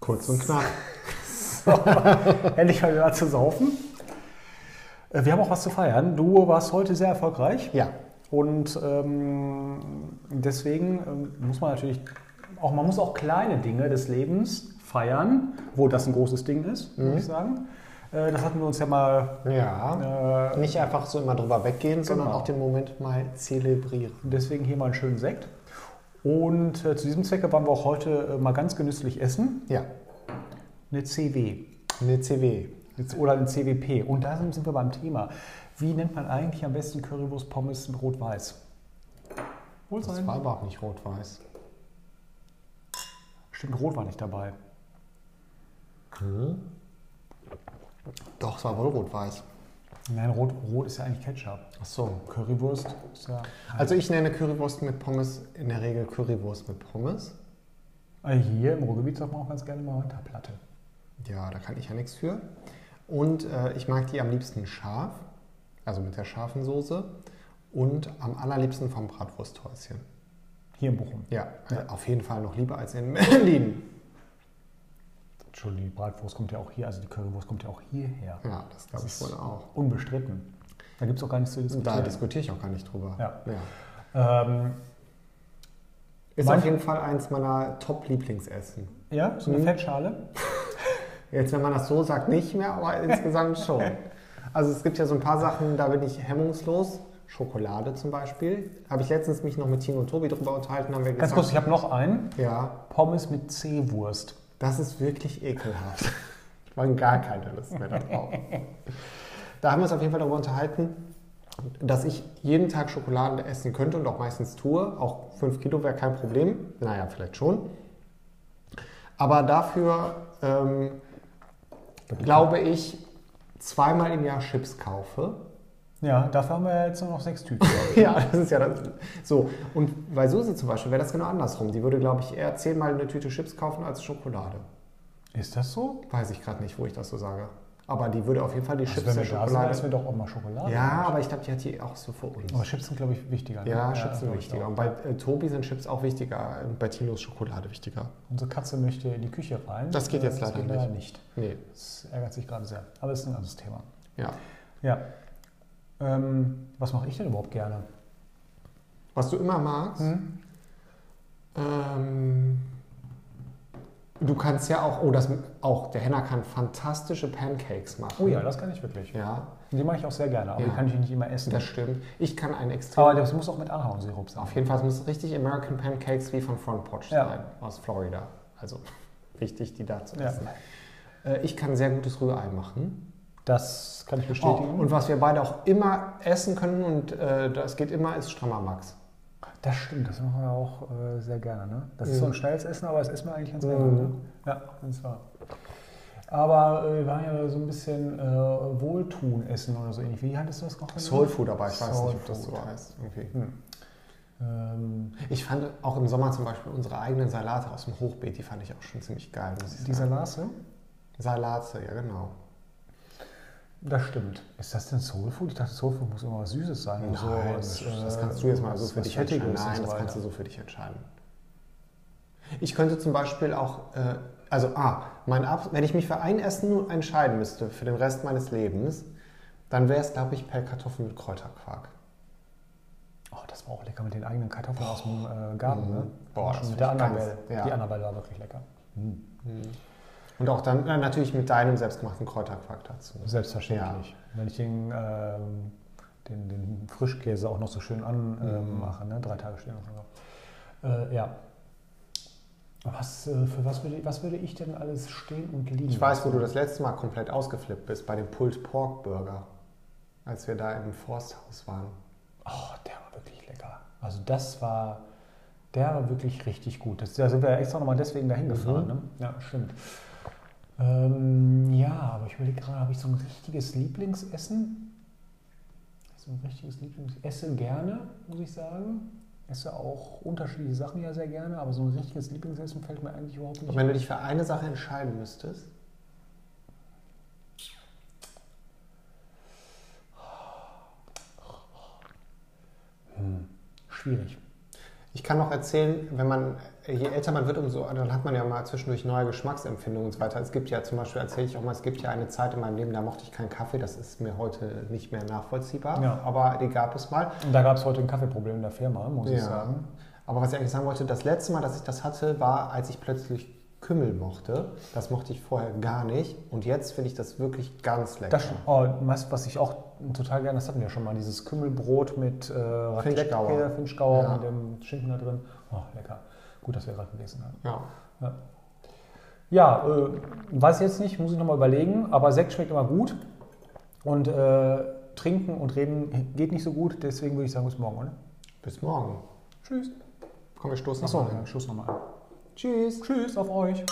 Kurz und knapp. Endlich mal wieder zu saufen. Äh, Wir haben auch was zu feiern. Du warst heute sehr erfolgreich. Ja. Und ähm, deswegen ähm, muss man natürlich auch, man muss auch kleine Dinge des Lebens feiern, wo das ein großes Ding ist, würde ich sagen. Äh, das hatten wir uns ja mal. Ja. Äh, Nicht einfach so immer drüber weggehen, sondern Genau. auch den Moment mal zelebrieren. deswegen hier mal einen schönen Sekt. Und äh, zu diesem Zwecke waren wir auch heute äh, mal ganz genüsslich essen. Ja. Eine CW. Eine CW. Jetzt- Oder ein CWP. Und da sind sind wir beim Thema. Wie nennt man eigentlich am besten Currywurst, Pommes, Rot-Weiß? Das Wohlsein. war aber auch nicht rot-weiß. Stimmt, Rot war nicht dabei. Doch, es war wohl rot-weiß. Ah, Nein, Rot, Rot ist ja eigentlich Ketchup. Ach so. Currywurst ist ja. Also ich nenne Currywurst mit Pommes in der Regel Currywurst mit Pommes. Äh, Hier im Ruhrgebiet sagt man auch ganz gerne mal Winterplatte. Ja, da kann ich ja nichts für. Und äh, ich mag die am liebsten scharf, also mit der scharfen Soße. Und am allerliebsten vom Bratwursthäuschen. Hier in Bochum. Ja, äh, auf jeden Fall noch lieber als in Berlin. Entschuldigung, die Bratwurst kommt ja auch hier, also die Currywurst kommt ja auch hierher. Ja, das glaube ich wohl auch. Unbestritten. Da gibt es auch gar nichts zu Da diskutieren. diskutiere ich auch gar nicht drüber. Ja. ähm, Ist Mein- auf jeden Fall eins meiner Top-Lieblingsessen. ja, Mhm. so eine Fettschale. Jetzt, wenn man das so sagt, nicht mehr, aber insgesamt schon. Also es gibt ja so ein paar Sachen, da bin ich hemmungslos. Schokolade zum Beispiel. Habe ich letztens mich noch mit Tino und Tobi drüber unterhalten, haben wir Ganz gesagt. kurz, ich habe noch einen. ja, Pommes mit C-Wurst. das ist wirklich ekelhaft. ich meine, gar keine Lust mehr darauf. da haben wir uns auf jeden Fall darüber unterhalten, dass ich jeden Tag Schokolade essen könnte und auch meistens tue. Auch 5 Kilo wäre kein Problem. Naja, vielleicht schon. Aber dafür ähm, glaube ich, zweimal im Jahr Chips kaufe. Ja, dafür haben wir jetzt nur noch sechs Tüten. Ja, das ist ja das. So, und bei Susi zum Beispiel wäre das genau andersrum. Die würde, glaube ich, eher zehnmal eine Tüte Chips kaufen als Schokolade. ist das so? Weiß ich gerade nicht, wo ich das so sage. Aber die würde auf jeden Fall die Also Chips wenn der wir da sind, essen Schokolade. wir doch auch mal Schokolade. Ja, aber ich glaube, die hat die auch so für uns. Aber Chips sind, glaube ich, wichtiger. ne? Ja, Chips sind glaub ich wichtiger. auch. Und bei äh, Tobi sind Chips auch wichtiger. Und bei Tino ist Schokolade wichtiger. Unsere Katze möchte in die Küche rein. Das geht Äh, jetzt leider geht nicht. nicht. Nee, Das ärgert sich gerade sehr. Aber es ist ein anderes Thema. ja. Ja. Ähm, was mache ich denn überhaupt gerne? Was du immer magst. Ähm, du kannst ja auch, oh, das auch, der Henner kann fantastische Pancakes machen. Oh ja, das kann ich wirklich. Ja, Die mache ich auch sehr gerne, aber Ja. die kann ich nicht immer essen. das stimmt. Ich kann einen extra. aber das muss auch mit Ahornsirup sein. Auf jeden Fall, es muss richtig American Pancakes wie von Front Porch Ja. sein, aus Florida. Also wichtig, die da zu Ja. essen. Äh, ich kann sehr gutes Rührei machen. Das kann ich Oh, bestätigen. und was wir beide auch immer essen können und äh, das geht immer, ist strammer Max. das stimmt, das machen wir auch äh, sehr gerne. Ne? Das ist so ein schnelles Essen, aber das essen wir eigentlich ganz gerne. Ne? Ja, das war. Aber äh, wir waren ja so ein bisschen äh, Wohltun essen oder so ähnlich. Wie hattest du das noch? genannt? Soul Food, aber ich weiß Genau. Soul nicht, ob das so Food. heißt. Irgendwie. Ähm, Ich fand auch im Sommer zum Beispiel unsere eigenen Salate aus dem Hochbeet, die fand ich auch schon ziemlich geil. Muss ich die sagen. Salate? Salate, ja genau. Das stimmt. Ist das denn Soulfood? Ich dachte, Soulfood muss immer was Süßes sein. und so Nein, was, das, das äh, kannst du jetzt mal so was- für was dich Fettiges entscheiden. und Nein, so das weiter. kannst du so für dich entscheiden. Ich könnte zum Beispiel auch, äh, also ah, mein Ab wenn ich mich für ein Essen nur entscheiden müsste für den Rest meines Lebens, dann wäre es, glaube ich, Pellkartoffeln mit Kräuterquark. Oh, das war auch lecker mit den eigenen Kartoffeln aus dem äh, Garten. Ne? Boah, Schon das mit der find ich ganz- Annabelle. ja. Die Annabelle war wirklich lecker. Mhm. Und auch dann äh, natürlich mit deinem selbstgemachten Kräuterquark dazu. Selbstverständlich. Wenn ich den, ähm, den, den Frischkäse auch noch so schön Mhm. anmache, ne? drei Tage stehen noch. Äh, ja. Was, äh, für was würde, was würde ich denn alles stehen und liegen? Ich weiß, wo du das letzte Mal komplett ausgeflippt bist, bei dem Pulled Pork Burger, als wir da im Forsthaus waren. Oh, der war wirklich lecker. Also das war, der war wirklich richtig gut. Das, da sind wir extra nochmal deswegen dahin gefahren. Ne? Ja, stimmt. Ähm, ja, aber ich überlege gerade, habe ich so ein richtiges Lieblingsessen? So ein richtiges Lieblingsessen. Esse gerne, muss ich sagen. Esse auch unterschiedliche Sachen ja sehr gerne, aber so ein richtiges Lieblingsessen fällt mir eigentlich überhaupt nicht Und wenn du dich für eine Sache entscheiden müsstest, Hm, schwierig. Ich kann noch erzählen, wenn man, je älter man wird, umso, dann hat man ja mal zwischendurch neue Geschmacksempfindungen und so weiter. Es gibt ja zum Beispiel, erzähle ich auch mal, es gibt ja eine Zeit in meinem Leben, da mochte ich keinen Kaffee, das ist mir heute nicht mehr nachvollziehbar, Ja. aber die gab es mal. Und da gab es heute ein Kaffeeproblem in der Firma, muss ich sagen. Aber was ich eigentlich sagen wollte, das letzte Mal, dass ich das hatte, war, als ich plötzlich Kümmel mochte. Das mochte ich vorher gar nicht. Und jetzt finde ich das wirklich ganz lecker. Das, oh, weißt du, was ich auch total gerne, das hatten wir schon mal, dieses Kümmelbrot mit äh, Raclette, Finchgauer. Finchgauer Ja. und dem Schinken da drin. Oh, lecker. Gut, dass wir gerade gegessen haben. ja. Ja, äh, weiß jetzt nicht, muss ich nochmal überlegen, aber Sekt schmeckt immer gut und äh, trinken und reden geht nicht so gut, deswegen würde ich sagen, bis morgen, oder? Bis morgen. Tschüss. Komm, wir stoßen Achso, noch mal an. Schluss nochmal an. Tschüss. Tschüss auf euch.